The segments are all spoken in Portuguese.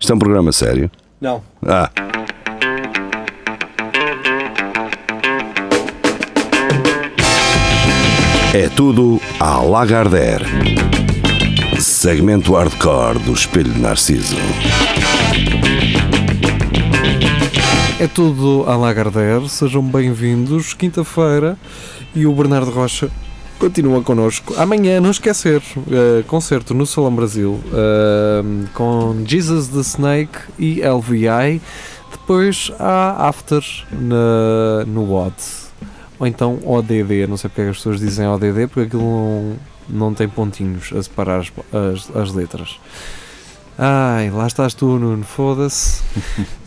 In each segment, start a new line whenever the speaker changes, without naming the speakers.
Isto é um programa sério.
Não.
Ah, é tudo à Lagardère. Segmento hardcore do Espelho de Narciso.
É tudo à Lagardère, sejam bem-vindos, quinta-feira, e o Bernardo Rocha continua connosco. Amanhã, não esquecer, eh, concerto no Salão Brasil, eh, com Jesus the Snake e LVI, depois há After na- no WOD, ou então ODD, não sei porque é que as pessoas dizem ODD, porque aquilo não, não tem pontinhos a separar as, as- as letras. Ai, lá estás tu, Nuno, foda-se.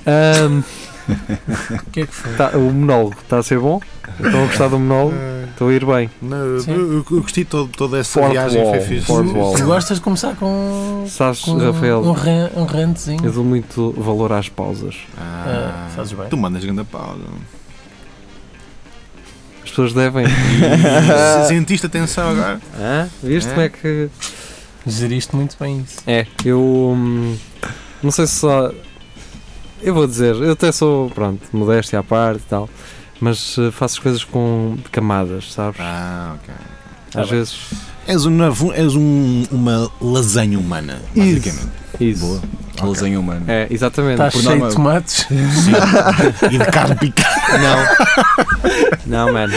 Ahm,
O que é que foi?
Tá, o monólogo está a ser bom? Estão a gostar do monólogo? Estou a ir bem.
Não, eu,
Sim.
eu- eu gostei todo, toda essa
Fourth
viagem,
wall,
foi fixe.
fourth wall.
Tu gostas de começar com,
Sabes,
com
Rafael,
um, ran- um rantezinho.
eu dou muito valor às pausas.
Ah, fazes bem.
Tu mandas grande pausa.
As pessoas devem.
Sentiste atenção agora?
Hã? Viste
É.
como é que.
Geriste muito bem isso.
É, eu. hum, não sei se só. Eu vou dizer, eu até sou, pronto, modéstia à parte e tal, mas eh, faço as coisas com camadas, sabes?
Ah, ok.
tá
Às
bem.
vezes.
És, um, navu- és um, uma lasanha humana, basicamente.
Isso.
Boa.
Lasanha humana.
É, exatamente.
Estás
por
Tá cheio
norma-
de tomates.
E de carne picada.
Não. não, mano.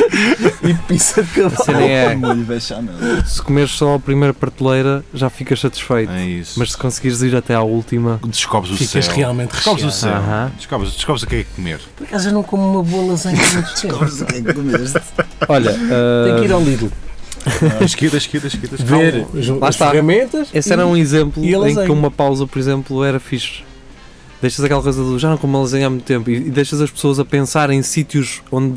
E pizza de cavalo.
Sim, é.
Molho bechamel.
Se comeres só a primeira prateleira, já ficas satisfeito.
É isso.
Mas se conseguires ir até à última.
descobres o
Ficas
céu.
realmente
Descobres o
recheado.
céu.
Aham.
Descobres, descobres o que é que comer.
Por acaso eu não como uma boa lasanha há muito tempo.
Cobras o que é que comeste?
Olha,
Tenho que
ah,
ir ao Lidl.
Esquerda, esquerda, esquerda.
Ver as,
Lá
as
está.
ferramentas.
Esse era um exemplo
e a
em
lasanha?
que uma pausa, por exemplo, era fixe. Deixas aquela coisa do já não como uma lasanha há muito tempo e, e deixas as pessoas a pensar em sítios onde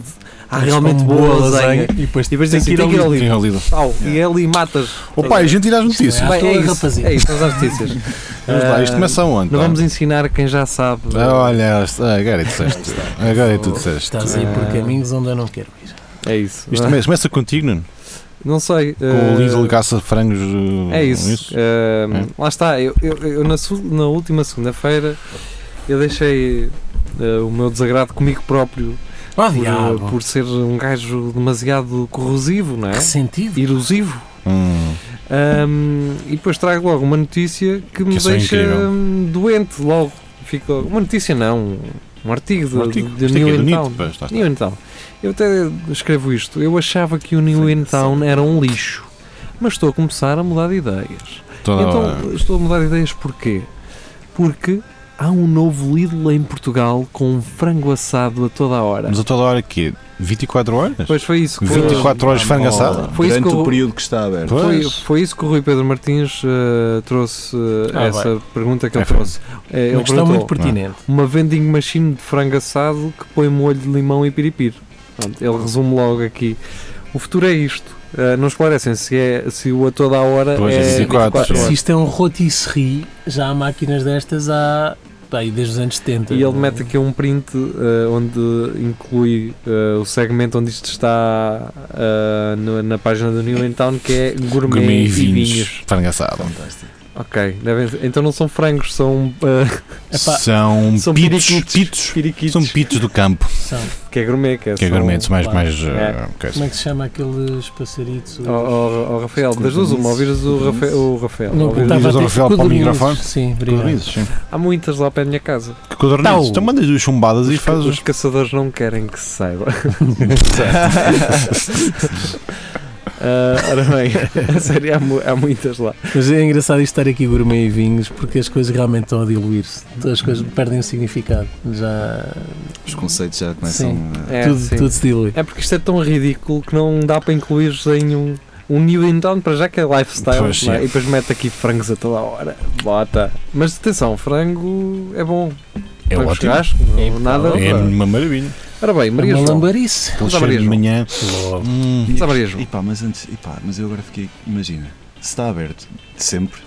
há realmente
com
boa lasanha.
E depois
E depois
tem
dizes assim,
que ir ao
tem que ir ao
Lidl.
Lidl.
Tem lido.
Pau, E é ali e matas.
Opa, a gente irá as notícias.
à
Bem,
toa,
é, isso,
rapaziada.
é isso, são as notícias.
Vamos lá, isto
Ah,
começa onde?
Não
tá?
vamos ensinar a quem já sabe.
Ah, Olha, ah, agora é que disseste. Agora é que tu disseste.
Estás aí por
Ah.
caminhos onde eu não quero ir.
É isso.
Isto começa- começa contigo, Nuno?
Não sei.
Com o
ah,
Lidl caça frangos. eh,
É isso. Ahm,
Uhum, É.
Lá está. Eu, eu- eu na, su- na última segunda-feira eu deixei ah, o meu desagrado comigo próprio
Oh,
por, eh,
diabo.
por ser um gajo demasiado corrosivo, não é?
Que sentido.
Erosivo.
Hum.
Ahm, Ehm, e depois trago logo uma notícia que me
Que é só
deixa
incrível.
hum, doente logo. Fico, uma notícia não, um artigo
Um
do,
artigo.
do
Isto é que
New
é
In
bonito,
Town.
pá, está- está.
New In Town. Eu até escrevo isto. Eu achava que o New In Town era um lixo, mas estou a começar a mudar de ideias.
Toda hora.
Então, estou a mudar de ideias porquê? Porque há um novo Lidl em Portugal com um frango assado a toda a hora.
Mas a toda hora é que 24 horas?
Pois foi isso que
24 horas de frango assado?
Foi isso
Durante
que eu-
o período que está aberto.
foi,
Pois.
foi isso que o Rui Pedro Martins eh, trouxe eh,
Ah,
essa pergunta que ele
É, foi.
trouxe. Eh,
Uma
ele
questão
perguntou,
muito pertinente.
uma vending machine de frango assado que põe molho de limão e piripiri. Pronto, ele resume logo aqui. O futuro é isto. Eh, não esclarecem se, é, se o a toda a hora
Pois,
é
24,
24 horas.
Se isto é um rotisserie, já há máquinas destas há. Bem, desde os anos 70.
E ele
não é?
mete aqui um print eh, onde inclui eh, o segmento onde isto está eh, no- na página do New In Town, que é gourmet,
Gourmet
e vinhos.
Frango assado.
Fantástico.
Ok, devem- então não são frangos, são eh,
Epá,
São,
São
pitos,
piriquitos.
pitos.
piriquitos,
São pitos do campo.
são-
que é gourmet. Que é,
Que é
são-
gourmet, mais.
claro.
mais
É.
eh, coisa.
Como é que se chama aqueles passaritos?
Oh, oh, oh, Rafael, das duas uma, ouviras o Rafael. O Rafael
Não,
ouviras-
tá.
estava a
Diz ao
ter
Rafael para o
codornizes.
microfone.
Sim, obrigado.
Codornizes, sim.
Há muitas lá ao pé da minha casa.
Que codornizes?
Tau.
Então mandas duas chumbadas e
Os, ca- os
fazes.
caçadores não querem que se saiba. Ah, ora bem, a sério, há, mu- há muitas lá.
Mas é engraçado isto estar aqui gourmet e vinhos porque as coisas realmente estão a diluir-se. As coisas perdem o significado. Já
Os conceitos já começam a...
É,
tudo,
sim.
tudo se dilui.
É porque isto é tão ridículo que não dá para incluir em um, um New In Town para já que é lifestyle
Pois,
não é?
sim.
e depois mete aqui frangos a toda a hora. Bota. Mas atenção, frango é bom.
É
frango
ótimo.
churrasco,
É
não, nada.
É uma maravilha.
Ora bem, Maria
é uma
João.
lambarice.
Aquele
Dá
cheiro de
marisco.
manhã. Hum.
Sabe mesmo?
E pá, mas antes, e pá, mas eu agora fiquei, imagina, se está aberto sempre,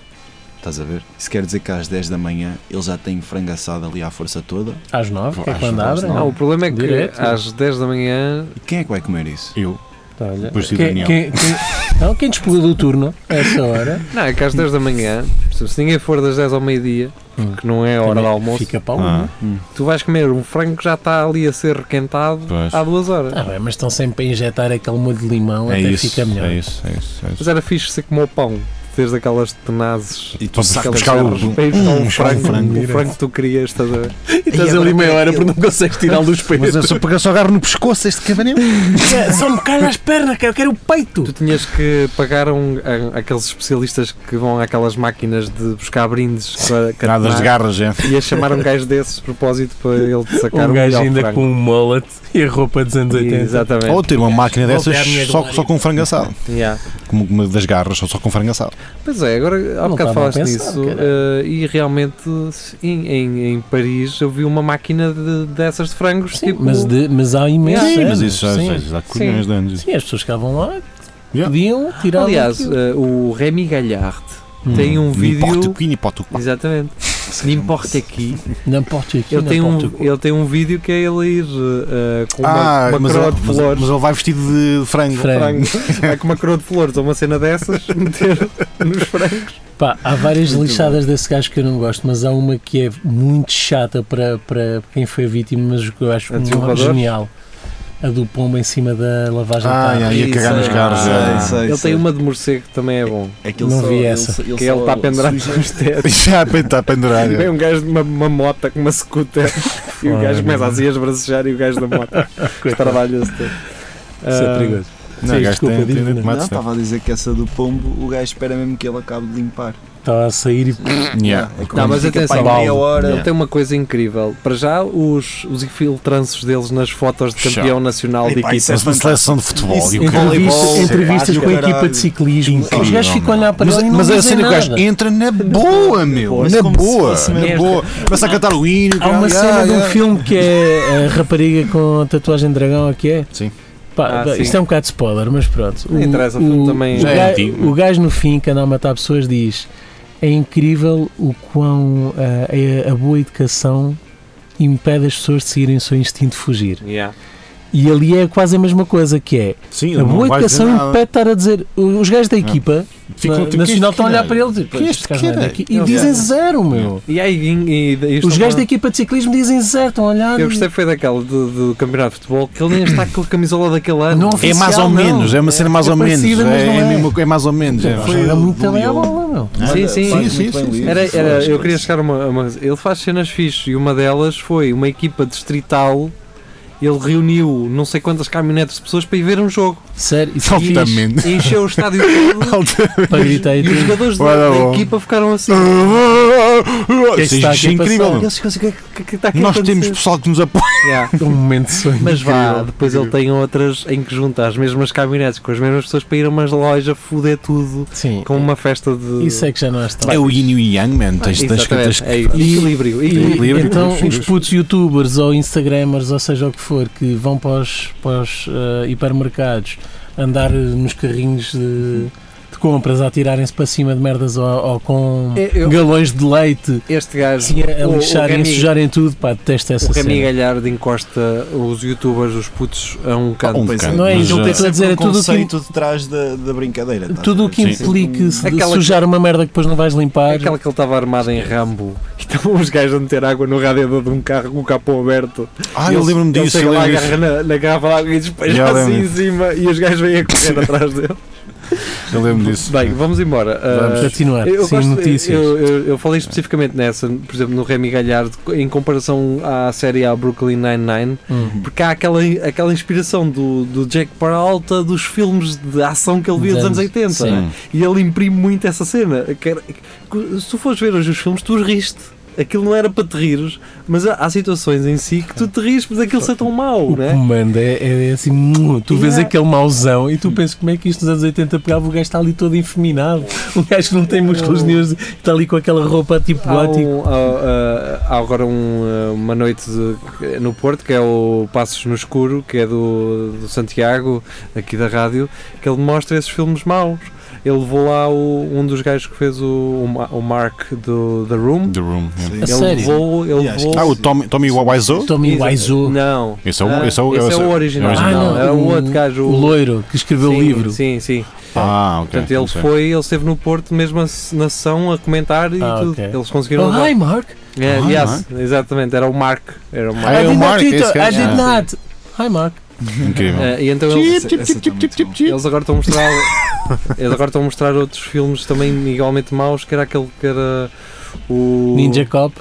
estás a ver? Isso quer dizer que às 10 da manhã ele já tem frango assado ali à força toda.
Às nove, que é
Às
quando
nove,
abrem.
Não, o problema é que
Direto.
às 10 da manhã
E quem é que vai comer isso?
Eu.
Tá, olha.
Depois de
Quem-
Daniel.
quem- quem- não, quem despediu do turno a essa hora
Não, é que às 10 da manhã, se se ninguém for das 10 ao meio-dia,
Hum.
que não é a hora do
também
almoço,
fica para um.
Hum.
Ah,
né?
tu vais comer um frango que já está ali a ser requentado
Pois.
há duas horas.
Ah, bem, mas estão sempre a injetar aquele molho de limão
É
até
isso,
fica melhor.
é isso, é isso. É isso.
Mas era fixe ser como o pão, teres aquelas tenazes.
E tu sacas
Aquelas
buscar
garras
o.
para ir buscar um frango,
frango.
o frango que tu querias, estás a ver?
E estás ali meia hora porque não consegues tirá-lo dos
é Mas
peitos.
eu só, um porque eu só agarro no pescoço este cabanel.
É, Só me cai nas pernas, cara, eu quero o
Tu
peito.
tinhas que pagar um, a- aqueles especialistas que vão àquelas máquinas de buscar brindes para
Canadas de
cartenar.
garras, é.
Ias chamar um gajo desses de propósito para ele te sacar
Um
um
gajo
melhor
ainda
frango.
com um mullet e a roupa dos anos 80.
Exatamente.
Ou ter uma máquina
Volta
dessas
à minha
só,
glória.
só com frango assado.
Yeah.
Como uma das garras, só, só com um frango assado.
Pois é, agora há
Não
bocado
estava
falaste
a pensar,
nisso
caralho.
eh, e realmente em, em, em Paris eu vi uma máquina de- dessas de frangos
Sim,
tipo.
mas, de- mas há imensos
Sim,
Sim,
anos,
mas isso já,
sim.
já, já há colhões de anos.
Sim, as pessoas que estavam lá
Yeah.
podiam tirar
Aliás,
daquilo.
eh, o Remy Galhard tem um
Nipote,
vídeo.
quini, pote, pá.
Exatamente. Não importa aqui.
Hum. não importa aqui,
Ele
não
tem, um,
importa o quê.
ele tem um vídeo que é ele ir eh, com uma,
Ah,
uma
mas,
coroa
ele,
de
mas-
flores.
mas ele vai vestido de frango.
é-
Frango.
frango. Vai com uma coroa de flores ou uma cena dessas meter nos frangos.
Pá, há várias lixadas desse gajo que eu não gosto, mas há uma que é muito chata para, para quem foi vítima, mas que eu acho
É
A de
uma
Salvador?
genial. A do pombo em cima da lavagem de
Ah,
carro.
yeah, ia
Isso,
cagar nos
é.
carros.
Ah,
já.
sei,
Ele
sei.
tem uma de morcego que também é bom.
É que ele
Não
só-
vi
ele
essa.
só-
que ele
só
está a pendurar
suja-
nos tetos.
Já está é a pendurar.
Vem um gajo de uma, uma mota com uma scooter e o gajo
Foda-se.
começa assim a esbracejar e o gajo da mota trabalha-se todo.
Isso é
Ah,
perigoso.
Não,
Sim,
o gajo
desculpa,
tem,
diz-me.
tem de
Não, tá
matos, não.
estava a dizer que essa do pombo, o gajo espera mesmo que ele acabe de limpar.
Estava Tá a sair e
Yeah.
É como
Não, mas
fica
atenção,
para aí meia
Paulo,
hora.
ele tem uma coisa incrível. Para já, os, os infiltranços deles nas fotos de campeão nacional de
Epá, isso
equipa.
é
Parece uma seleção de futebol.
Isso-
e o é
Entre-
caralho.
entrevista-
voleibol,
entrevistas
rádio,
com a equipa
caralho.
de ciclismo. Os
Incrível,
gajos ficam a olhar para
Mas,
ele e não
mas é a
dizem
cena que o
nada.
gajo entra na boa, meu.
Mas
Na
como se
boa.
fosse
Na
merda.
boa. Começa a cantar o hino.
Há uma
caralho,
cena
ah,
de um
ah.
filme que é a rapariga com a tatuagem de dragão, aqui é?
Sim.
Pá,
Ah,
bem,
sim.
Isto é um bocado de spoiler, mas pronto.
Não interessa, o filme também né?
o,
já
é
ga-
antigo.
o gajo no fim, que anda a matar pessoas, diz: É incrível o quão ah, é a, boa educação impede as pessoas de seguirem o seu instinto de fugir.
Yeah.
E ali é quase a mesma coisa que é.
Sim,
A
não
boa
vai dizer
educação
nada. Ah,
impede estar a dizer. Os gajos da equipa
Ficam
na-
tipo,
nacional
"Quem
estão a
é
olhar
este
para ele tipo,
Quem é este
"Estes gajos não é
cara?"
daqui." e
Não,
dizem
não.
zero, meu.
E aí, e, e, isto
Os
é
gajos da
uma-
equipa de ciclismo dizem zero, estão a olhar.
Eu
e-
gostei foi daquela do, do campeonato de futebol que ele nem está com a camisola daquele ano.
Não
É mais ou
Oficial, não.
menos. É uma cena mais
É
ou menos.
parecida, mas
É
não
é
é.
mesmo- é mais ou menos. é.
Foi joga
do-
muito
do
bem a
Lyon.
bola, meu.
Sim, sim.
Faz
Sim,
muito
sim,
bem
sim.
livre,
Era, era,
faz.
eu queria chegar a uma, a uma- Ele faz cenas fixes e uma delas foi uma equipa distrital. Ele reuniu não sei quantas caminhonetes de pessoas para ir ver um jogo.
Sério, isso é fixe.
Altamente.
E encheu o estádio todo.
Para gritar e
e os
tudo.
jogadores da,
Olha
da
Tá bom.
equipa ficaram assim.
que
Isso
está
é
aqui a
incrível.
passar?
meu.
Eles ficam assim, "O que- que- que está aqui a
Nós temos
acontecer?"
pessoal que nos apoia.
Yeah.
Um momento de sonho.
Mas vá,
incrível.
depois ele tem outras em que junta as mesmas caminhonetes com as mesmas pessoas para ir a uma loja foder tudo
Sim.
com uma festa de.
Isso é que já não é tão.
É o Yin e o Yang, man. Tens tens que.
Exatamente,
tens que-
é isso.
E-
equilíbrio. equilíbrio.
E,
livre,
então,
livre.
os putos youtubers ou instagramers, ou seja o que for, que vão para os, para os, eh, hipermercados andar eh, nos carrinhos de, de compras a atirarem-se para cima de merdas ou, ou com
É, eu-
galões de leite
Este gajo.
assim, a, a
o- o
lixarem e a
Remy-
sujarem tudo, pá, detesto essa
O Remy
cena.
Galhardo encosta os youtubers, os putos, a um canto.
Ah, um
Pois é,
bocado,
Não é
mas,
isso,
ah,
não estou a dizer, é tudo o que,
conceito de trás da, da brincadeira. tá?
tudo o que
Sim.
implica se de
Aquela-
sujar uma merda que depois não vais
É
limpar.
Aquela que ele estava armado em Rambo e estavam os gajos a meter água no radiador de um carro com o capô aberto.
Ah,
E
eu
ele-
lembro-me
ele
disso.
chega
Eu
lá,
lembro disso.
agarra na, na garrafa de água e despeja
Já
assim em
lembro.
cima e os gajos vêm a correr atrás dele.
Eu lembro disso.
Bem, vamos embora.
Vamos
Ah,
continuar.
eu,
Sim,
gosto-
notícias.
Eu, eu- eu falei especificamente nessa, por exemplo, no Remy Galhardo, em comparação à série A Brooklyn Nine-Nine,
Hum.
porque há aquela, aquela inspiração do, do Jack Peralta dos filmes de ação que ele via dos anos 80.
Sim.
né? E ele imprime muito essa cena. Quer- que- Se tu fores ver hoje os filmes, tu riste. Aquilo não era para te rires, mas há, há situações em si que tu te rires por daquilo ser tão mau,
O
não é?
comando é, é assim, mu, tu vês
Yeah.
aquele mauzão e tu pensas como é que isto nos anos 80 pegava, o gajo está ali todo enfeminado, um gajo que não tem músculos
Não.
nenhum, está ali com aquela roupa tipo
Há,
gótico.
um- há- há- há agora um, uh, uma noite de- no Porto, que é o Passos no Escuro, que é do, do Santiago, aqui da rádio, que ele mostra esses filmes maus. Ele levou lá o- um dos gajos que fez o, o Ma- o Mark do The Room.
The Room. yeah.
Sim.
A
Ele
sério?
levou. Ele
Yeah, acho
levou
Ah, o Tommy, Tommy Wiseau?
Tommy
Exa-
Wiseau.
um Não.
Esse é o,
Ah,
esse é o,
esse é o
é
original.
o
Ah,
original.
não, era o outro gajo,
O
o-
loiro que escreveu
sim,
o livro.
Sim, sim.
Ah, ok.
Portanto, ele
não sei.
foi, ele esteve no Porto, mesmo a, s- na sessão, a comentar e
Ah,
tudo.
ok.
Eles conseguiram.
Oh,
levar.
hi, Mark.
É,
Ah,
yes, Exatamente, era o Mark. Era o
Ah,
Mark.
é
I
o
did
Mark,
not. tweet-
esse
I
gajo.
did
Ah.
not. Hi, Mark.
Incrível.
Eh, e então eles,
Essa- essa tá muito boa.
eles agora estão a mostrar. eles agora estão a mostrar outros filmes também igualmente maus, que era aquele que era o.
Ninja Cop.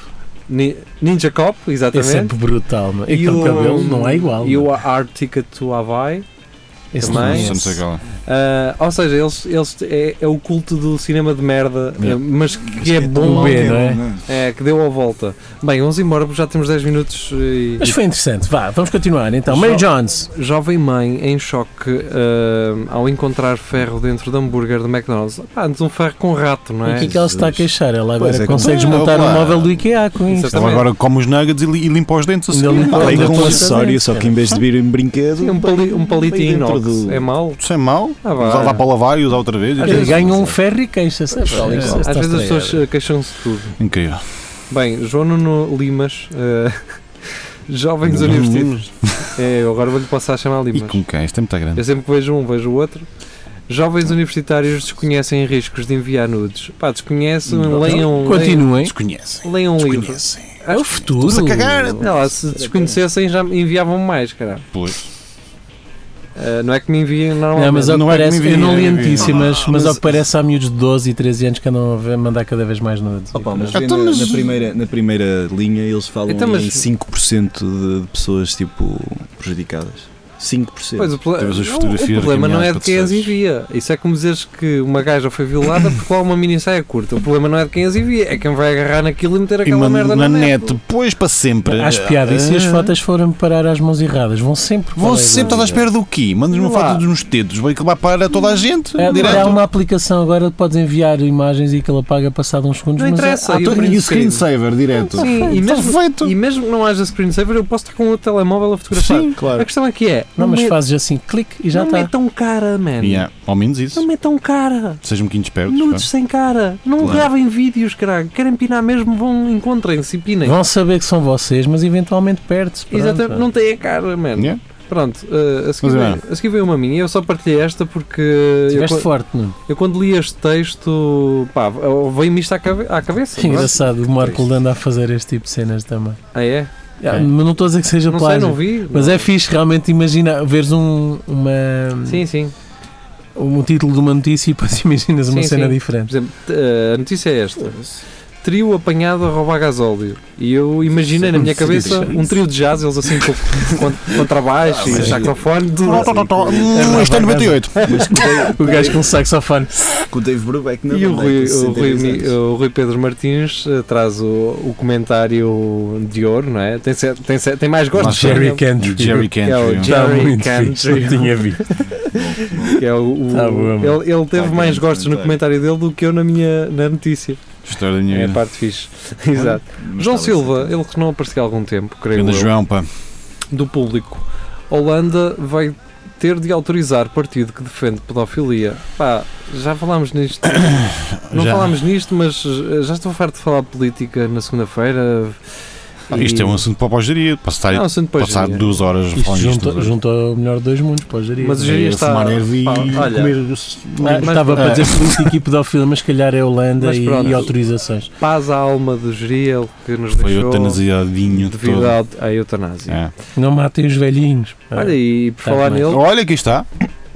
Ni- Ninja Cop,
É
exatamente.
sempre brutal, mano.
E
Aquele
o- um
cabelo não é igual.
E
mano.
o Art Ticket to Hawaii.
Esse
também.
não
Não
é.
sei, não sei aquela.
Ah, ou seja, eles, eles é, é o culto do cinema de merda,
É.
eh, mas que é,
Um
bom
bom,
ver, não é?
é, que deu a volta. Bem, vamos embora, porque já temos 10 minutos e.
Mas foi interessante. Vá, vamos continuar então. Mary Jones.
Jovem mãe em choque ah, ao encontrar ferro dentro do hambúrguer do McDonald's. Ah, antes um ferro com rato, não
E o
é?
que é que ela se está a queixar? Ela agora
Pois é,
consegue
como-
desmontar
Opa.
um móvel do IKEA com isto.
Exato.
Ela
Também.
agora come os nuggets e, li- e limpa os dentes a
Ainda
seguir.
limpa
Ah,
os
e
dentes.
com-
com um
completamente,
acessório, só que em vez de vir em brinquedo.
Sim, um, pali, um palito
bem
em
dentro
inox.
do-
É mau?
Sem mal.
Ah, vá.
Usar lá para lavar e usar outra vez.
Às vezes ganha um ferro e queixa-se. É, pá,
É.
isso
Às
está
vezes as
estranho.
pessoas ah, queixam-se de tudo.
Incrível.
Bem, João Nuno Limas, ah, jovens
Nuno
universitários. É, eu agora vou-lhe passar a chamar
E
Limas.
com quem? Isto é muito grande.
Eu sempre que vejo um, vejo o outro. Jovens universitários desconhecem riscos de enviar nudes. Pá, desconhecem, leiam, leiam,
Então, Continuem.
Desconhecem.
leiam um livro.
Desconhecem.
É o futuro.
Estamos a cagar.
Não, lá, se desconhecessem já me enviavam mais, cara.
Depois.
Ah, não é que me enviem normalmente.
Não, mas ao que
Não é que
parece,
me vi,
eu não li
eu vi.
notícia, mas,
Ah,
mas ao
mas-
que parece há miúdos de 12 e 13 anos que andam a ver- mandar cada vez mais nudes.
Opa, mas
Ah,
vê
então,
na,
mas-
na primeira, na primeira linha eles falam
Então, mas-
em 5% de, de pessoas tipo prejudicadas. 5%.
Pois, o, pla-
Temos as
não,
fotografias
o problema não é de
encaminhadas
quem
para
as
terceiros.
envia. Isso é como dizeres que uma gaja foi violada porque lá uma mini saia curta. O problema não é de quem as envia, é quem vai agarrar naquilo e meter
E
aquela
na,
merda
na net, depois para sempre.
Às piadas. E se as fotos foram parar às mãos erradas? Vão sempre.
Vão sempre estás à espera do quê? Mandas uma
Vá.
foto dos meus dedos. Vai acabar para toda a gente.
É,
direto.
há uma aplicação agora que podes enviar imagens e que ela paga passado uns segundos.
Não
mas é,
interessa.
Ah,
eu
então,
print
e o screensaver direto.
Sim, e
Está
mesmo-
feito.
E mesmo que não haja screensaver, eu posso estar com o telemóvel a fotografar.
Sim,
A
claro.
questão aqui é:
Não, mas
met-
fazes assim, clique e já
não
está.
metam cara, man.
Yeah, ao menos isso.
Não metam cara.
Seja um bocadinho esperto.
Nudes sem cara. Não
Claro.
gravem vídeos, caralho. Querem pinar mesmo, vão, encontrem-se e pinem.
Vão saber que são vocês, mas eventualmente perdes. pronto.
Exatamente, não tem a cara, man.
Yeah.
Pronto, eh, a, seguir
Mas é.
vem, a seguir vem uma minha. Eu só partilhei esta porque eu,
Estiveste
quan-
forte, não?
eu quando li este texto, pá, veio-me isto à, cabe- à cabeça. não é?
Engraçado, o Marco anda a fazer este tipo de cenas também.
Ah, é?
Ah, Mas não estou a dizer que seja
Não sei,
plágio.
não vi.
Mas
não.
é fixe realmente imagina veres um, uma,
Sim, sim.
um título de uma notícia e depois imaginas uma
Sim,
cena
sim. Por
diferente.
exemplo, t- eh, a notícia é esta: trio apanhado a roubar gasóleo. E eu imaginei
é
na minha cabeça um trio de jazz, eles assim com, com,
Ah,
contrabaixo e saxofone. tudo. assim.
Tó, tó, tó, tó. Hum,
É,
Este ano
vai,
98.
Mas com
O gajo com o saxofone.
o Dave Brubeck não
E o Rui, o, Rui, Mi-
Eu
o Rui Pedro Martins eh, traz o, o comentário de ouro, não é? Tem, se- tem, se- tem mais gosto
Mas
que é-
Jerry Country.
Jerry
que é o
Cantrell.
Está
Jerry
muito fixe,
Country.
não tinha visto.
que é o- o-
Tá bom, mano.
ele, ele teve
Tá
mais
grande
gostos no comentário
comentário.
dele do que eu na minha na notícia.
História da
É
minha
a
vida.
parte fixe. Exato. João
assim, tá
Silva, ele que não apareceu há algum tempo, creio
Grande
eu,
João, pá.
do público. Holanda vai ter de autorizar partido que defende pedofilia. Pá, já falámos nisto. Não
Já.
falámos nisto, mas eh, já estou farto de falar de política na segunda-feira.
Ah,
E-
Isto é um assunto para a pós-geria. Passar,
É um assunto para
passar
gerir.
duas horas a
Isto
falar nisto.
junta, junta o melhor de dois mundos, pode gerir.
Mas o geria está.
fumar
é
erva e
pá, olha,
Ah,
mas-
Estava para
Ah.
dizer política e pedofilia, mas se calhar é Holanda
Mas
e,
pronto.
e autorizações.
paz à alma do geria, ele que nos
Foi
deixou
eutanasiadinho
devido
todo.
à- à eutanásia.
É.
Não matem os velhinhos. pá.
Olha, e por
Tá
falar
bem.
nele,
Olha, aqui está.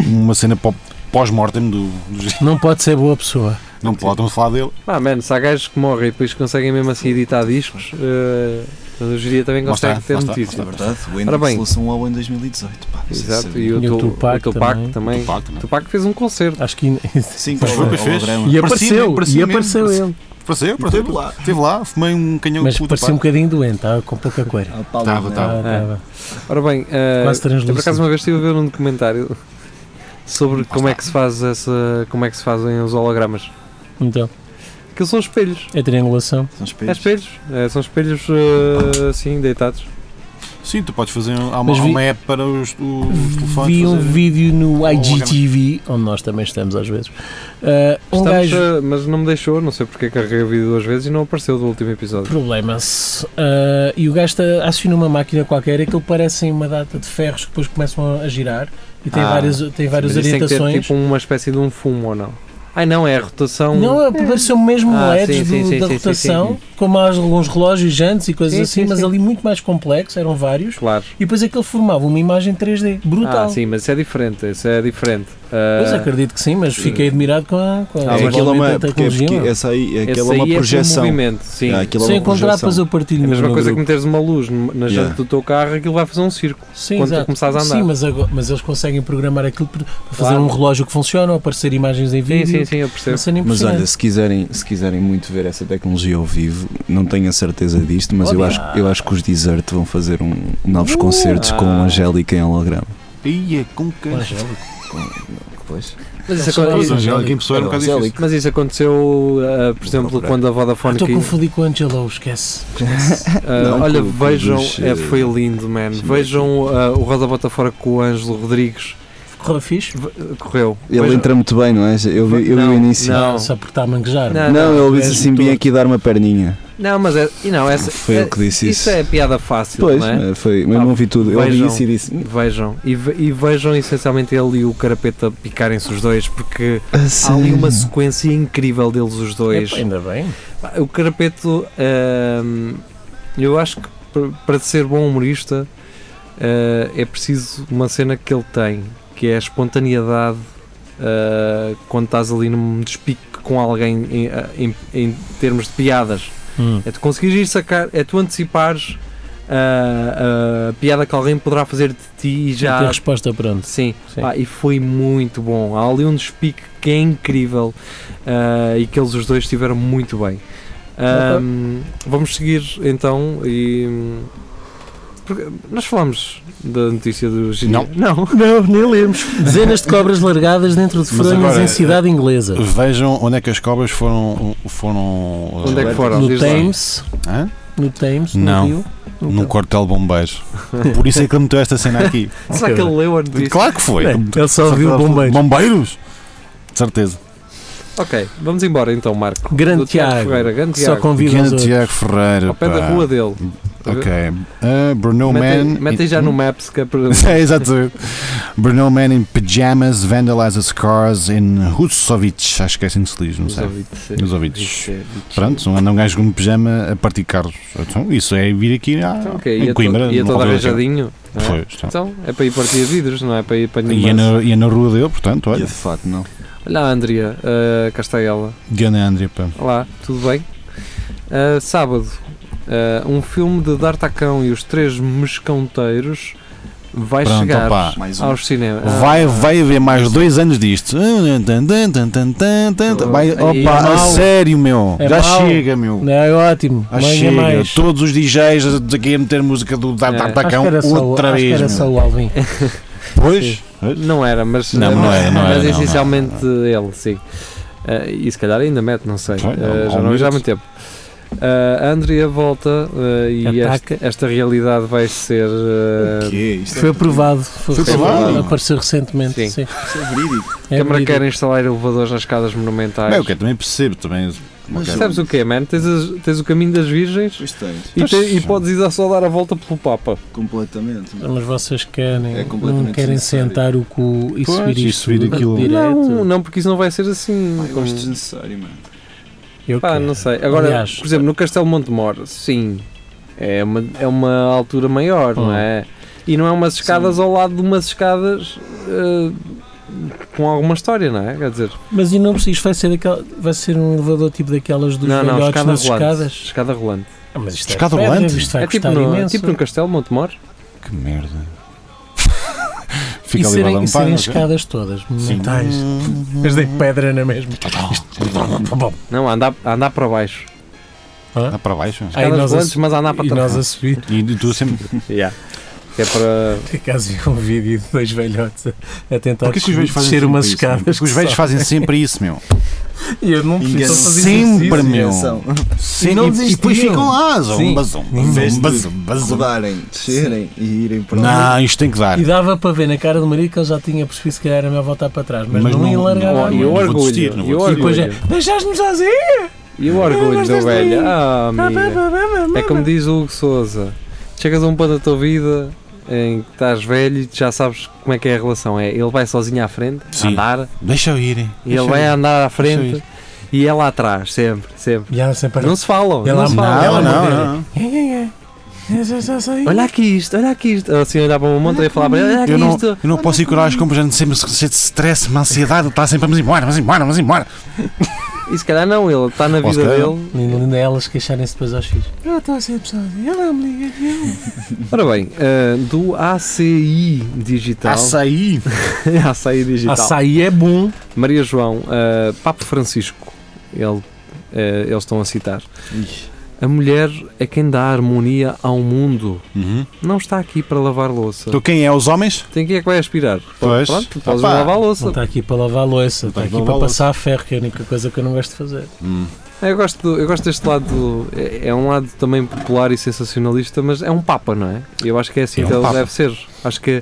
Uma cena pó- pós-mortem do, do-
Não pode ser boa pessoa.
Não pode, estamos a falar dele.
ah, mano, se há gajos que morrem e depois conseguem mesmo assim editar discos, eh, o geria também
Lá
consegue
está,
ter
lá está,
notícias.
É verdade, o
Ora
Ender
bem.
solução ao ano 2018. Pá, não sei se
Exato,
sabia.
e o,
E o
Tu-
Tupac
o Tupac também.
também.
Do Pac, não é?
O Tupac fez um concerto.
Acho que.
Sim,
Mas foi o que fez.
E
Parecia-
apareceu,
parecia
e
mesmo.
apareceu ele.
Pareceu, pareceu.
Esteve lá.
Estive lá, fumei um canhão
Mas
de puta.
parecia um bocadinho doente, estava com pouca coisa.
Tava, tava.
Ah,
É.
tava.
Ora bem, eh,
Quase
eu por acaso
translúcido.
uma vez estive a ver um documentário sobre como é que se faz essa. como é que se fazem os hologramas.
Então,
Que são espelhos.
é triangulação.
São
É
espelhos.
espelhos, é, são espelhos eh, assim, deitados.
pá. Sim, tu podes fazer. um, Há uma,
Mas
há
vi-
uma app para os, os telefones.
Vi um
fazerem-
vídeo no
uma
IGTV, onde nós também estamos às vezes. Ah, um
Estamos,
gajo.
uh, mas não me deixou, não sei porque é carreguei o vídeo duas vezes e não apareceu do último episódio.
Problema-se. Ah, e o gajo está- aciona uma máquina qualquer, é aquilo parecem uma data de ferros que depois começam a girar e tem
Ah,
várias, tem várias
mas isso tem que ter
orientações.
tipo uma espécie de um fumo ou não? Ai não, é a rotação.
Não, apareceu mesmo
Ah,
LEDs
sim, sim,
do-
sim,
da
sim,
rotação,
sim,
como há alguns relógios gigantes e coisas
Sim,
assim,
sim,
mas
sim.
ali muito mais complexo, eram vários.
Claro.
E depois aquilo formava uma imagem 3D, brutal.
Ah, sim, mas isso é diferente. Isso é diferente. Ah,
Pois acredito que sim, mas fiquei admirado com a, com a
Ah,
É, aquilo é
desenvolvimento
uma,
da
porque,
tecnologia.
porque
meu.
essa aí,
esse
aquela é
aí
uma
com
projeção.
movimento, sim.
Ah, aquilo é
Se
uma É.
encontrar,
projeção.
depois eu partilho
É a
mesmo
mesma
no
coisa que
grupo.
meteres uma luz no- na
Yeah.
jante do teu carro, aquilo vai fazer um círculo.
Sim,
quando tu
exato.
começares a andar.
Sim, mas, agora- mas eles conseguem programar aquilo para para fazer
Claro.
um relógio que funciona, ou aparecer imagens em
Sim,
vídeo.
sim, sim, eu percebo.
Uma cena
Mas
impressionante.
olha, se quiserem, se quiserem muito ver essa tecnologia ao vivo, não tenho a certeza disto, mas eu
Olha.
acho, eu acho que os Desert vão fazer um, novos concertos com
Ah.
Angélica em holograma.
Ia, com quem?
Mas, olha,
Pois.
Mas isso,
São
acon-
Mas
só-
Angélica em pessoa era um bocado
Angélica.
difícil.
mas isso aconteceu, ah, por exemplo,
procurar.
quando a Vodafone
Estou a
que,
confundir com o Angelo, esquece.
Ah,
Não,
olha,
com- com
vejam,
os,
é,
eh,
foi lindo, man.
sim,
Vejam ah, o Rosa Bota Fora com o Ângelo Rodrigues.
Correu fixe?
V- Correu.
Ele
Vejam-
entra muito bem, não é? Eu vi, eu vi
Não,
o início.
Não.
Só porque está a manguejar.
Não. é
Não, ele disse
És
assim: vim
todo.
aqui dar uma perninha.
Não, mas é. E não, essa,
Foi
é-
ele que disse
isso
isso.
é piada fácil,
Pois, eh,
não é?
foi, mas
Ah,
não vi tudo. Eu vi
vejam.
isso e disse: "Hum,
Vejam. E, ve- e vejam essencialmente ele e o Carapeta picarem-se os dois, porque
a
há ali
sério?"
uma sequência incrível deles os dois.
Epá, ainda bem.
Pá, O Carapeto, hum, eu acho que pa- para ser bom humorista eh, é preciso uma cena que ele tem, que é a espontaneidade eh, quando estás ali num despique com alguém em, em- em termos de piadas.
Hum.
É tu conseguires ir sacar, é tu antecipares ah, a piada que alguém poderá fazer de ti e
Já.
já.
Tem resposta pronto.
Sim,
Sim.
Pá, e foi muito bom. Há ali um despique que é incrível ah, e que eles os dois estiveram muito bem. Ahm, Vamos seguir então e. porque nós falámos da notícia do Gini.
Não.
Não.
Não, nem lemos. Dezenas de cobras largadas dentro de
Mas
fronhas
agora, é-
em cidade inglesa.
Vejam onde é que as cobras foram. foram eh,
Onde é que foram?
No
Diz lá.
Thames,
Hã?
no Thames,
Não.
no Rio.
Num quartel de bombeiros. Por isso é que ele meteu esta cena aqui.
Será que ele leu a notícia?
Claro que foi.
É, ele só viu bombeiros.
Bombeiros? De certeza.
Ok, vamos embora então, Marco.
Grande
Do Tiago
Tiago,
Ferreira, grande
que só
Tiago.
convida os
Pequeno
outros.
é Tiago Ferreira.
Ao pé
pá.
da rua dele.
Ok. Ah, Bruno
metem,
Man.
metem já no Maps que é para.
é, exatamente. Bruno Man in pajamas vandalizes cars in Rusovich. Acho que é assim que se diz, não
Nos
sei.
ouvidos. sim.
Nos ouvidos.
Isso é-
Pronto, anda um gajo com um pijama a partir carros. Então, isso é vir aqui à,
Então, ok,
em
ia,
Coimbra. assim.
to ia
numa
todo
aldeia daquela.
arranjadinho. não é?
Foi, está.
Então, é para ir partir vidros, não é para ir para
E
nenhuma.
é, na, e é na rua dele, portanto,
E
olha.
de fato, não.
Olá, Andrea, uh, cá está ela.
Gana André, pá.
Olá, tudo bem? Ah, sábado, ah, um filme de D'Artacão e os Três Mescanteiros vai
Pronto,
chegar
opá.
Mais um.
aos cinemas.
Vai, vai haver mais dois anos disto.
Aí
Vai,
é
opa, a
mau.
sério, meu.
É
Já
mau.
chega, meu.
Não, é ótimo.
Ah,
Amanhã
chega,
mais.
todos os DJs aqui a meter música do
É.
D'Artacão
Acho que era só, o-
outra
acho que
vez.
era
meu.
só o Alvin.
Pois, pois.
Ah, Não era, mas, eh,
Não, não
mas-
era, não era,
mas é
não, não,
essencialmente ele, sim. Ah, e se calhar ainda mete, não sei.
Foi,
Ah,
ao-
já
ao
não vejo há
minuto.
muito tempo. Ah, a Andrea volta ah, e
Ataca.
esta, esta realidade vai ser. ah,
O quê? é Isto
Foi aprovado. Foi,
Foi aprovado?
aprovado, Apareceu recentemente.
Sim.
Sim.
é verídico.
É
Câmara
verídico.
quer instalar elevadores nas escadas monumentais.
Bem, ok, também percebo. Também.
Mas
ok.
Sabes o que é, man? Tens, as- tens o caminho das virgens
Pois tens.
e,
Pois.
te- e podes ir só dar a volta pelo Papa.
Completamente.
Mas vocês querem,
É completamente
não querem
desnecessário.
sentar o cu e
Pois,
subir
e
isto
subir aquilo.
direto?
Não, não, porque isso não vai ser assim.
Pá, eu
Como-
acho desnecessário, mano.
Eu
Pá,
quero.
não sei. Agora,
Aliás,
por exemplo, no Castelo Montemor, sim, é uma, é uma altura maior, não
Hum.
é? E não é umas escadas ao lado de umas escadas eh, com alguma história, não é? Quer dizer,
Mas e não isto vai ser, daquela, vai ser um elevador tipo daquelas dos
não, não,
velhotes
escada
nas
rolante.
escadas?
Escada rolante.
Ah, mas isto
Escada
é pedra,
rolante?
Isto vai
é tipo
custar
no,
imenso.
tipo no Castelo Montemor.
Que merda.
e
Fica ali
serem, e
balançado,
é?
serem
ok?
escadas todas,
Sim.
mentais. Mas de pedra na mesma. Tá
Não, a andar, a andar para baixo.
Dá para baixo.
Aí
Escadas
nós a
rolantes,
su-
mas a andar para
E nós
trás.
a subir.
E tu sempre.
Yeah. É para.
Por acaso vi um vídeo de dois velhotes a, a tentar
Porquê que
descer-
os velhos fazem
descer
sempre
umas
isso,
escadas.
Porque os
que
velhos
só-
fazem sempre isso, meu.
E eu não preciso
Enganam-se
fazer
Sempre,
exercício.
meu.
Atenção.
Sim,
E não
e, e depois
desistiam.
ficam lá, zumba, zumba,
Em vez
zumba,
de
zumba, zumba.
rodarem, descerem e irem para lá.
Não, isto tem que dar.
E dava para ver na cara do marido que ele já tinha percebido se calhar era melhor voltar para trás, mas,
Mas
não, ia
não-
largar
não-
a
E
mão.
o
vou
orgulho.
desistir, não vou
e o
E depois é,
orgulho.
deixaste-nos assim!
E o orgulho do
gostas de
velho.
mim?
Ah,
Pá,
amigo.
pá, pá, pá, pá,
É como diz o Hugo Souza: chegas a um ponto da tua vida em que estás velho e tu já sabes como é que é a relação. É, ele vai sozinho à frente, a
Sim. é
andar,
Deixa eu ir.
e ele vai andar à frente e ela atrás, sempre, sempre.
E ela sempre
Não se falam,
Ela
não se
a-
falam.
ela
Não,
a morder.
não, não.
Eu é? já- já sei.
Olha aqui isto, olha aqui isto. Ou Assim, olhar para uma montanha e falar para ele: olha aqui
Eu não,
isto.
eu não posso ir curar as compras, ando sempre cheio de stress, uma ansiedade, está sempre vamos embora, vamos embora, vamos embora.
E se calhar não, ele está na
Ou se
vida
calhar-
dele.
Linda, linda elas queixarem-se depois aos filhos. Eu estou a ser pessoa, e ela não me liga.
Ora bem, ah, do ACI
Tá Então.
Digital.
Açaí.
ACI Digital.
Açaí é bom.
Maria João, ah, Papa Francisco, ele, ah, eles estão a citar.
Ih,
A mulher é quem dá harmonia ao mundo.
Uhum.
Não está aqui para lavar louça.
Então quem é? Os homens?
Tem quem é que vai aspirar?
Pois.
Pronto, podes
Opa.
lavar
Não
louça.
está aqui para lavar a louça, está
para
aqui
lavar
para
a louça.
passar a ferro, que é a única coisa que eu não gosto de fazer.
Eu gosto, do- eu gosto deste lado. do- é, é um lado também popular e sensacionalista, mas é um Papa, não é? Eu acho que é assim
É um
que ele
papa.
deve ser. Acho que,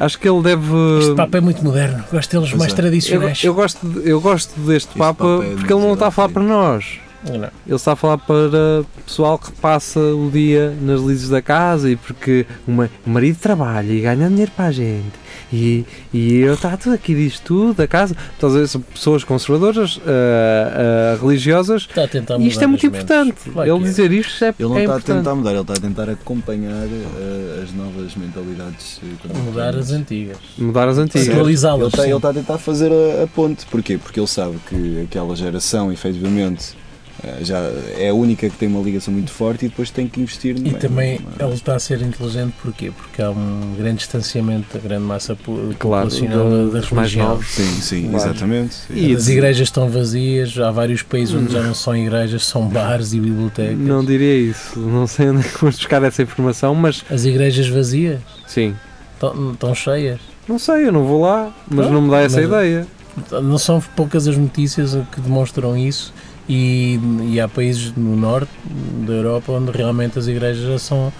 acho que ele deve.
Este papo é muito moderno, gosto deles
Pois
mais
é.
eu,
tradicionais.
Hum. eu gosto, de- eu gosto deste
Este
Papa
Papa é
porque ele não está a falar
miserável.
para nós.
Não.
Ele está a falar para pessoal que passa o dia nas lizes da casa e porque o ma- o marido trabalha e ganha dinheiro para a gente. E, e eu está tudo aqui, diz tudo da casa. Estás a ver, são pessoas conservadoras, ah, ah, religiosas.
Está Tá a tentar
E
mudar
isto é muito
as mentes.
importante.
Claro que
Ele
é.
dizer isto é,
Ele não
é
está a
importante.
tentar mudar, ele está a tentar acompanhar eh, as novas mentalidades. eh, contemporâneas.
Mudar as antigas.
Mudar as
Certo.
antigas.
Sim. Atualizá-las,
Ele está
sim.
ele tá a tentar fazer a, a ponte. Porquê? Porque ele sabe que aquela geração, efetivamente, eh, já é a única que tem uma ligação muito forte e depois tem que investir
E
numa-
também é
numa-
ele está a ser inteligente porquê? Porque há um grande distanciamento da grande massa po-
Claro,
populacional
do-
das
dos mais
religiões.
novos.
Sim, sim,
Claro.
exatamente.
E-
As igrejas estão vazias, há vários países onde já não são igrejas, são bares e bibliotecas.
Não diria isso. Não sei onde é que vamos buscar essa informação, mas
As igrejas vazias
sim.
estão estão cheias.
Não sei, eu não vou lá, mas
Pronto,
não me dá essa
mas-
ideia.
Não são poucas as notícias que demonstram isso e, e há países no norte da Europa onde realmente as igrejas já são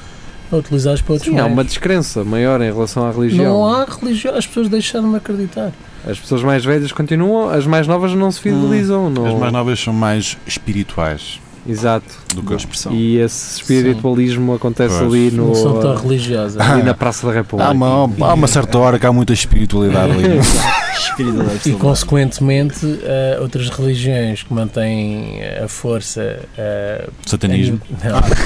utilizadas para outros
Sim, há uma
meios.
descrença maior em relação à religião.
Não há religião, as pessoas deixaram de acreditar.
As pessoas mais velhas continuam, as mais novas não se fidelizam. não...
Hum. As mais novas são mais espirituais
Exato.
do que
Boa
os.
expressão.
E esse espiritualismo acontece
Pois.
ali no. Ah.
Não são tão religiosas.
ali na Praça da República.
Há uma, há uma certa hora que há muita espiritualidade ali. é?
Espiritualidade
E
saudável.
consequentemente eh, outras religiões que mantêm a força eh,
Satanismo.
a ni- não. Eh,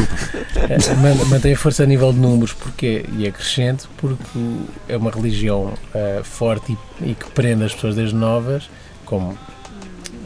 Ah, man- mantém a força a nível de números porque e é crescente porque é uma religião eh, forte e, e que prende as pessoas desde novas como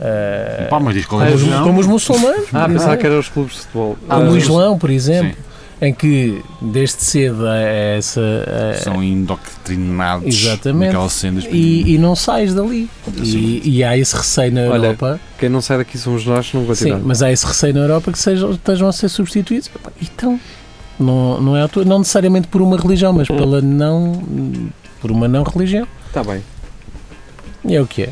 eh,
Pá, mas diz qual é a
como, os,
religião?
como os muçulmanos
Ah,
não
pensava
é?
que eram os clubes de futebol.
como
Ah,
o Islão por exemplo em que desde cedo é essa é-
São indoctrinados
Exatamente.
naquela cena
e, e não sais dali e, e há esse receio na
Olha,
Europa
Quem não sai daqui somos nós, não
Sim,
continuamos.
mas há esse receio na Europa que sejam, estejam a ser substituídos. Epá, Então, não, não é à toa, não necessariamente por uma religião, mas pela não. por uma não religião.
Tá
Está bem.
E é o que é.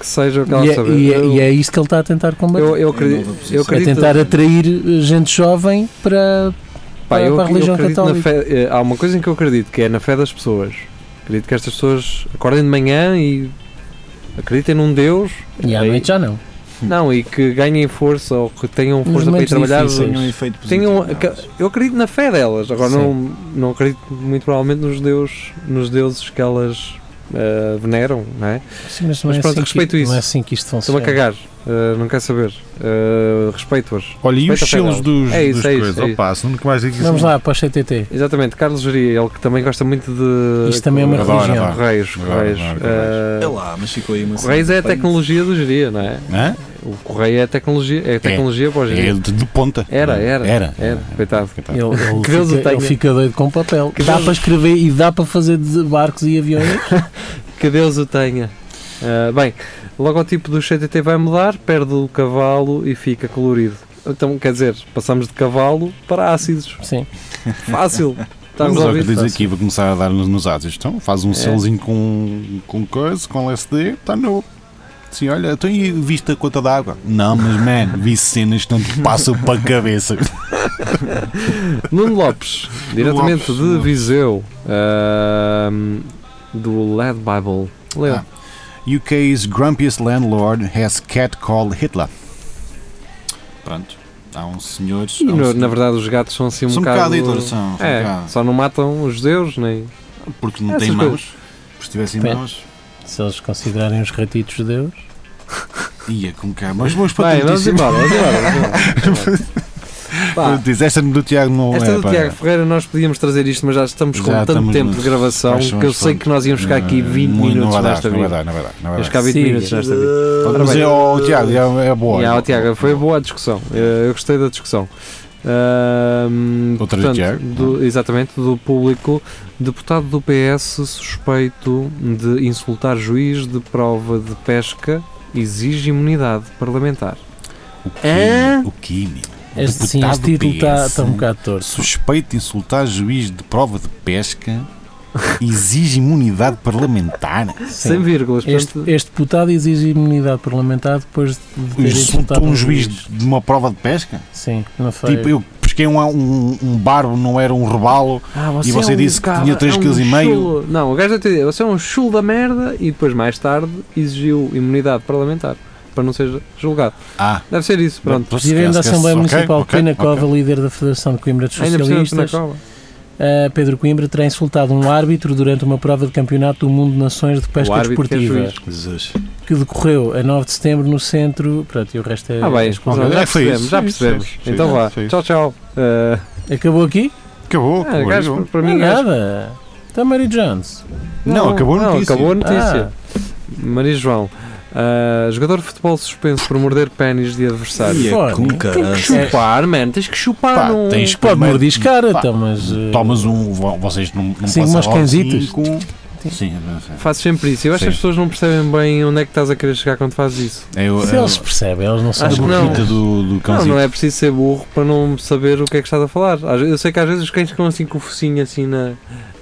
Que seja o que ela
E é,
saber.
e é,
eu,
e é isso que ele está a tentar combater.
eu, eu
É
acredito.
nova
Eu
posição. É
é
acredito
tentar atrair eh, gente jovem para.
Pá,
para-
eu,
para a
ac- eu
religião
acredito na
católica.
fé. eh, Há uma coisa em que eu acredito, que é na fé das pessoas. Acredito que estas pessoas acordem de manhã e acreditem num Deus.
E à
Aí-
noite já não.
Hum.
Não, e que ganhem força ou que tenham força para ir
momentos
trabalhar.
difíceis.
Tem um efeito positivo.
Tenham,
não é?
aca- eu acredito na fé delas, agora
Sim.
não, não acredito muito provavelmente nos, deus, nos deuses que elas ah, veneram, não é?
Sim, mas não
Mas
é
pronto,
assim
respeito
que,
isso.
Não é assim que isto
Estou-me
funciona.
a cagar, ah, não quero saber. Ah, Respeito-as.
Olha, e os
Respeita a
selos
fé
dos,
delas. É isso,
dos
é isso,
coisas?
é isso.
Opa, se nunca mais digo isso.
Vamos lá para o CTT.
Exatamente, Carlos Geria, ele que também gosta muito de.
Isto também é uma
Adoro,
religião.
adoro.
Correios,
Adoro,
Correios.
adoro,
Ah,
É lá, mas ficou aí uma
Correios é a tecnologia do Geria, não é?
Hã?
O Correio é a tecnologia, é a tecnologia para o
É
Geria.
de, de ponta. é?
Era, era.
Era.
Era, coitado.
Ele, ele
Tá. Que Deus o
fica,
tenha.
ele fica doido com papel.
Que
dá
Deus-
para escrever e dá para fazer de barcos e aviões.
Que Deus o tenha. Ah, bem, logo o tipo do CTT vai mudar, perde o cavalo e fica colorido. Então, quer dizer, passamos de cavalo para ácidos.
Sim.
Fácil. Está Está
Vamos ao que
resolvido.
diz
fácil.
aqui, vou começar a dar nos, nos áudios. Então, faz um
É.
selzinho com, com coisa, com LSD, está novo. tá Sim, olha, então e viste a conta d'água? Não, mas man, vi cenas que não te passam para a cabeça.
Nuno Lopes, diretamente
Lopes,
de
Nuno.
Viseu, ahm, do Led Bible. Lê.
Ah. UK's grumpiest landlord has cat called Hitler. Pronto, há um senhor.
E
há um
no-
senhor-
na verdade, os gatos são assim um
são um
bocado.
bocado Hitler, são. são um
é,
bocado.
só não matam os judeus, nem.
Porque não
Essas
tem
coisas.
mãos. Porque se tivessem
Tem.
mãos,
Se eles considerarem os ratitos judeus.
ia com cá. Mas vamos para
Bem,
a
vamos
notícia.
embora, vamos embora. Vamos embora. Pá,
Diz, Esta do Tiago não
Esta
é.
é do
pá.
Tiago Ferreira, nós podíamos trazer isto, mas já estamos com
Já
tanto
estamos
tempo
nos-
de gravação
Mas,
que eu
mas
sei
pronto.
que nós íamos ficar aqui
Não,
20
não
minutos
vai dar,
nesta
não
vida.
vai dar, não vai dar, não vai
Íamos
dar.
ficar 20
Sim.
minutos nesta vida. Ora
Mas
bem,
é, oh, Tiago, é, é boa.
e, ah, Tiago, foi boa a discussão. Eh, Eu gostei da discussão. Ahm,
Outra do Tiago,
do, exatamente, do público, deputado do PS suspeito de insultar juiz de prova de pesca exige imunidade parlamentar.
O que?
Hã?
O que? meu?
Este, sim,
Deputado
este título
do
está
PS.
está um bocado torto.
Suspeito de insultar juiz de prova de pesca exige imunidade parlamentar.
Sem vírgulas,
Este,
portanto,
este deputado exige imunidade parlamentar depois de ter
Insultou
insultado Tá
um juiz de uma prova de pesca?
Sim, não foi.
Tipo, eu pesquei um, um, um barbo, não era um robalo.
Ah,
E você
é um
disse que tinha três
é
quilos e meio.
chulo. Não, o gajo deve ter dito, você é um chulo da merda e depois mais tarde exigiu imunidade parlamentar para não ser julgado.
Ah,
Deve ser isso, pronto.
Dirigente da Assembleia Municipal
Ok, ok,
Pina
ok.
Cova, líder da Federação de Coimbra dos
Ainda precisa na
Socialistas,
cova.
eh, Pedro Coimbra terá insultado um árbitro durante uma prova de campeonato do mundo de nações de pesca
árbitro que é
desportiva,
juiz.
Jesus.
que decorreu a 9 de setembro no centro. Pronto, e o resto é.
Ah, bem, já
Ok, é, foi
percebemos,
isso,
já
foi isso,
percebemos.
foi isso,
então
foi
vá,
isso, foi isso.
tchau, tchau. Uh,
Acabou aqui?
Acabou,
ah,
acabou,
gajo,
acabou.
para
Não, é
mim, gajo-
nada. Está Mary Jones.
Não, acabou a notícia.
acabou a notícia.
Ah,
Maria João, ah, jogador de futebol suspenso por morder pênis de adversário.
E é
fora.
com
Tens que
caralho.
chupar, man, tens que chupar.
Pá,
não-
tens
pode
primeiro-
mordiscar,
pá,
então, mas. eh,
Tomas um. vo- Vocês não, não
Sim,
passam
umas
logo
canzitas.
cinco. Sim, não sei.
Fazes sempre isso. Eu acho que as
Sim.
pessoas não percebem bem onde é que estás a querer chegar quando fazes isso.
É o-
Se
é o-
eles percebem, eles não são
Acho que não.
burritos.
Fita do, do
Não,
cãozinho.
não é preciso ser burro para não saber o que é que estás a falar. Às ve- Eu sei que às vezes os cães ficam assim com o focinho assim na,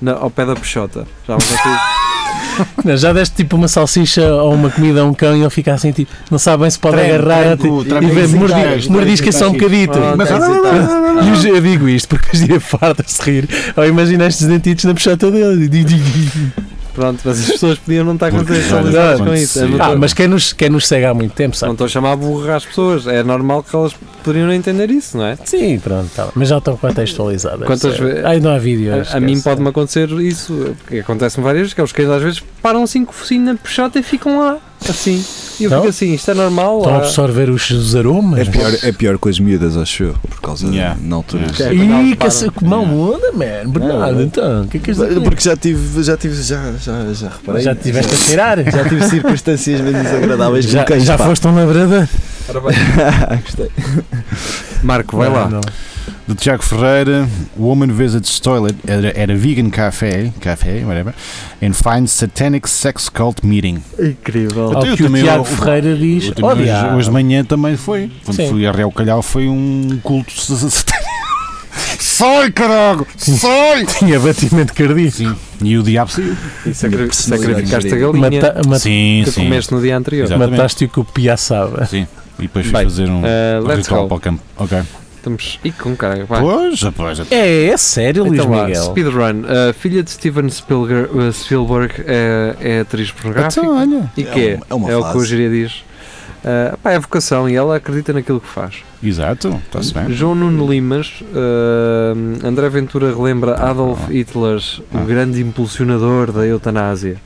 na- ao pé da peixota. Já vamos assim.
Não, já deste tipo uma salsicha ou uma comida a um cão e ele fica assim, tipo, não sabe bem se pode
Treme,
agarrar
treme com-
a ti-
treme
e vê,
com
mordi-
cigarros,
mordisca
treme com
só um bocadito.
Ah,
Mas-
estás excitado.
E eu, eu digo isto porque hoje dia farta-se de rir ao imaginar estes dentitos na puxada dele.
Pronto, mas as pessoas podiam não estar
Porque
contextualizadas
já
com isso. Eu não
Ah,
estou-
mas quem nos, quem nos segue há muito tempo
Não
sabe.
estou a chamar burro às pessoas. É normal que elas poderiam não entender isso, não é?
Sim, pronto, tá bem. mas já estão contextualizadas.
Quantas ve-
Ai, não há vídeo.
A, a
esquece.
mim pode-me acontecer isso, que acontece-me várias vezes, que é os cães às vezes param assim com o focinho na peixota e ficam lá, assim. E eu
Não?
fico assim, isto é normal?
Então,
Estão a
Ah,
absorver os, os aromas.
É pior, é pior com as miúdas, acho eu, por causa
Yeah.
da na altura.
Yeah.
é,
Ih,
não,
que se-
param.
que mau onda, man. Bernardo,
Não.
então, o que é que és
Porque já tive, já tive, já, já, já reparei.
Já te tiveste a cheirar.
Já tive circunstâncias bem desagradáveis
Já,
com cães,
já
pá.
foste um labrador?
Ora bem.
Gostei.
Marco, vai
Não,
lá.
não.
De Tiago Ferreira, Woman Visits Toilet at a, at a Vegan Cafe, cafe whatever, and finds Satanic Sex Cult Meeting.
Incrível.
Ao
Eu
que o
também-
Tiago
eu-
Ferreira diz.
Eu também
Oh,
hoje,
diabo.
hoje de manhã também foi. Quando
Sim.
fui a Real Calhau foi um culto sa- sa- satânico. Sai, caralho! Sai!
tinha batimento cardíaco.
Sim. E o diabo saiu.
E
é
sacri-
personalidade
sacrificaste a
incrível.
galinha
Mata- ma-
tá- Sim,
que comeste no dia anterior.
Exato. Exatamente.
Mataste-o com o piaçaba.
Sim. E depois fui
Bem,
fazer um,
eh,
um
let's
ritual
go.
para o campo. Ok.
Estamos. E com caralho, vai.
Pois, pois.
É, é sério, Luís
Então vá,
Miguel.
Speedrun. A filha de Steven Spielger- uh, Spielberg, é, é atriz pornográfica.
Então, olha.
e que é?
É uma- é uma
o que o
fase.
Júria diz. Ah, pá, é vocação e ela acredita naquilo que faz.
Exato. Está-se bem.
João Nuno Limas, ah, André Ventura relembra Adolf Hitler, o
Ah.
grande impulsionador da eutanásia.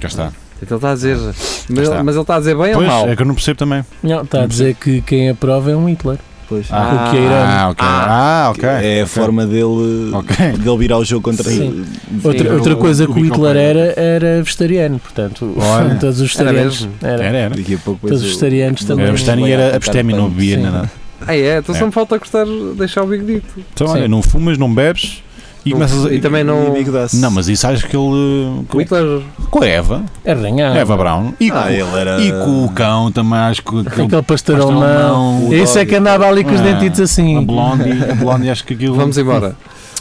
Cá está.
Então ele está a dizer, mas,
Ah. está.
mas ele está a dizer bem ou
Pois,
mal?
é que eu não percebo também.
Não, está a dizer que quem aprova é um Hitler.
Pois.
Ah.
O que é irão.
Ah, ok. Ah, ok.
É a forma dele,
Ok.
dele virar o jogo contra
Sim.
Sim,
Outra, outra
o-
coisa
o
que o
Big
Hitler
Open.
era, era vegetariano, portanto,
Olha.
todos os
Era
vegetarianos.
mesmo?
Era.
Era, era.
Daqui a pouco
Todos os vegetarianos também.
Era abstêmio e era abstêmio, não bebia
Sim.
nada.
Ah, é? Então
É.
só me falta cortar, deixar o Big Dito.
Então,
Sim.
olha, não fumas, não bebes e
Não-
começas a.
e também não-
Não, mas isso acho que ele.
O
Com,
Hitler
com a Eva,
É arranhado.
Eva Brown. E,
Ah,
com,
ele era.
e com o cão também, acho que aquele.
Aquele pastor
pastor
alemão.
alemão,
Esse é que andava ali com os
Ah,
dentitos assim.
A Blondie, a Blondie, acho que aquilo.
Vamos embora.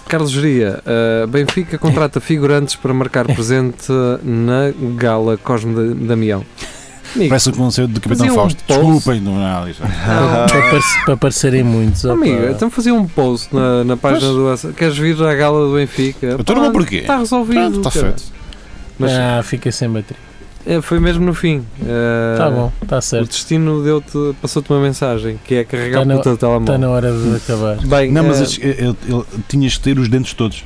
Carlos Geria, uh, Benfica contrata figurantes para marcar presente na gala Cosme de- Damião. Amigo,
Parece o concerto do Capitão
Fazia um
Fausto.
pulse.
Desculpem, não é nada disso.
Então
não.
Para, parece- para parecerem muitos. opa.
Amigo, então fazia um post na, na página do. Queres vir à gala do Benfica?
Então não vou porquê.
Está resolvido.
Pronto, está
cara.
feito.
Mas
Ah, fica sem bateria.
é, foi mesmo no fim. Uh,
Ah,
Está Tá bom, está
O
certo.
destino deu-te, passou-te uma mensagem que é carregar
Tá na-
o teu
Está
telemóvel.
na hora de acabar.
Bem,
Não, mas
eh,
estes- eu- eu- eu- tinhas de ter os dentes todos.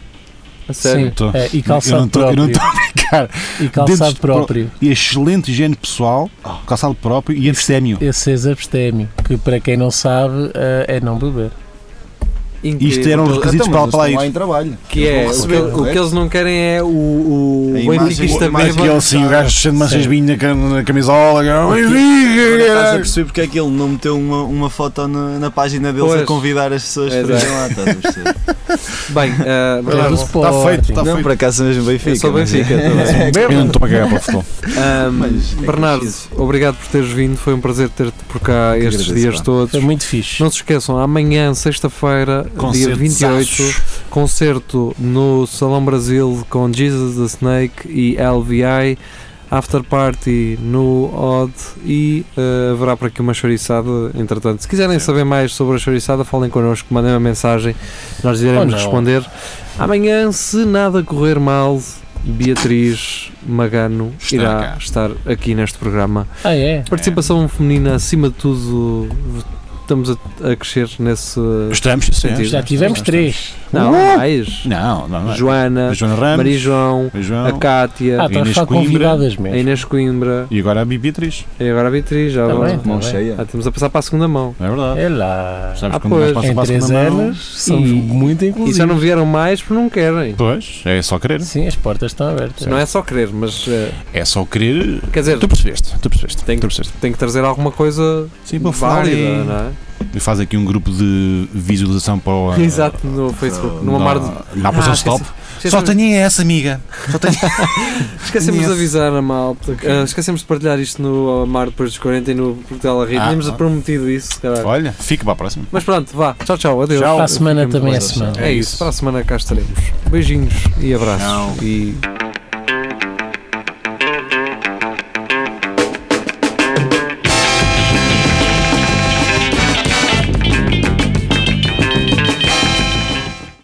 a sério.
Sim,
Tô.
é, e
eu
calçado
não tô- eu
próprio.
não tô a brincar.
E calçado
Dentes pro-
próprio.
E excelente higiene pessoal, calçado próprio e abstémio.
Esse és abstémio, que para quem não sabe eh, é não beber.
Incrível.
Isto
Então, um
eram os requisitos para, para
lá em
ir.
trabalho.
que é, o, que,
receber,
o que
correto?
eles não querem é o, o
A imagem-
benfiquista
a imagem
bêbado.
é Aquele sim, o gajo cheio de maçãs
Sim.
vinho na cam- na camisola. cara, "Oi, Viga,
Estás a
caralho."
perceber porque é que ele não meteu uma, uma foto na, na página deles
Pois. É,
a convidar as pessoas para
Exato.
irem lá, estás a perceber?
Bem, ah,
É do
Bernardo,
Está feito,
Sporting.
está
Não,
feito.
por acaso mesmo Benfica.
eu sou
mas-
Benfica. tá bem.
Eu não estou a cagar para o futebol.
Ahm,
Mas é que
Bernardo,
é preciso.
obrigado por teres vindo. Foi um prazer ter-te por cá
que
estes
agradeço,
dias
pá.
todos.
Foi muito fixe.
Não se esqueçam, amanhã, sexta-feira, dia
Concerto
28, concerto no Salão Brasil com Jesus the Snake e LVI, after party no Odd e eh, haverá para aqui uma choriçada, entretanto. Se quiserem saber mais sobre a choriçada, falem connosco, mandem uma mensagem, nós iremos
Ou não.
responder. Amanhã, se nada correr mal, Beatriz Magano
Estará
irá
cá.
estar aqui neste programa.
Ah, é?
Participação feminina, acima de tudo, estamos a, a crescer nesse.
Estamos, sim.
Já tivemos três.
Não,
Uh!
mais.
Não, não, é. não.
Joana,
A Joana Ramos,
Maria João,
a
a
João
Cátia,
Ah, estás
Inês
só
Coimbra.
convidadas mesmo.
a Inês Coimbra
e agora a Beatriz.
e agora a Beatriz. Já
Tá
agora.
bem.
Mão
Também.
cheia.
Ah, estamos a passar para a segunda mão.
É verdade.
É lá.
Sabes
Ah,
quando mais
pois.
passa
Em
para a
três
segunda mão?
anos somos
E-
muito
E já
inclusivos.
não vieram mais porque não querem.
Pois, é só querer.
Sim, as portas estão abertas.
Não é só querer, mas eh,
É só querer.
quer dizer,
Tu percebeste, tu percebeste.
Tem-
tu percebeste.
tem que trazer alguma coisa
Sim, para falar
válida,
e-
não é?
e faz aqui um grupo de visualização para o.
Exato, no Facebook, numa
na-
mar de.
Na
Ah,
aplicação Stop. Só tenho essa, amiga. Só tenho
Esquecemos de
Conheço.
avisar a malta. Ah, esquecemos de partilhar isto no Mar depois dos 40 e no Portela Rio.
Ah,
Tínhamos
ah.
prometido isso, caralho.
Olha, fica para a próxima.
Mas pronto, vá. Tchau, tchau. Adeus.
Tchau.
Para a semana
Fiquemos
também é
bem.
semana.
É isso. Para a semana cá estaremos. Beijinhos e abraços. E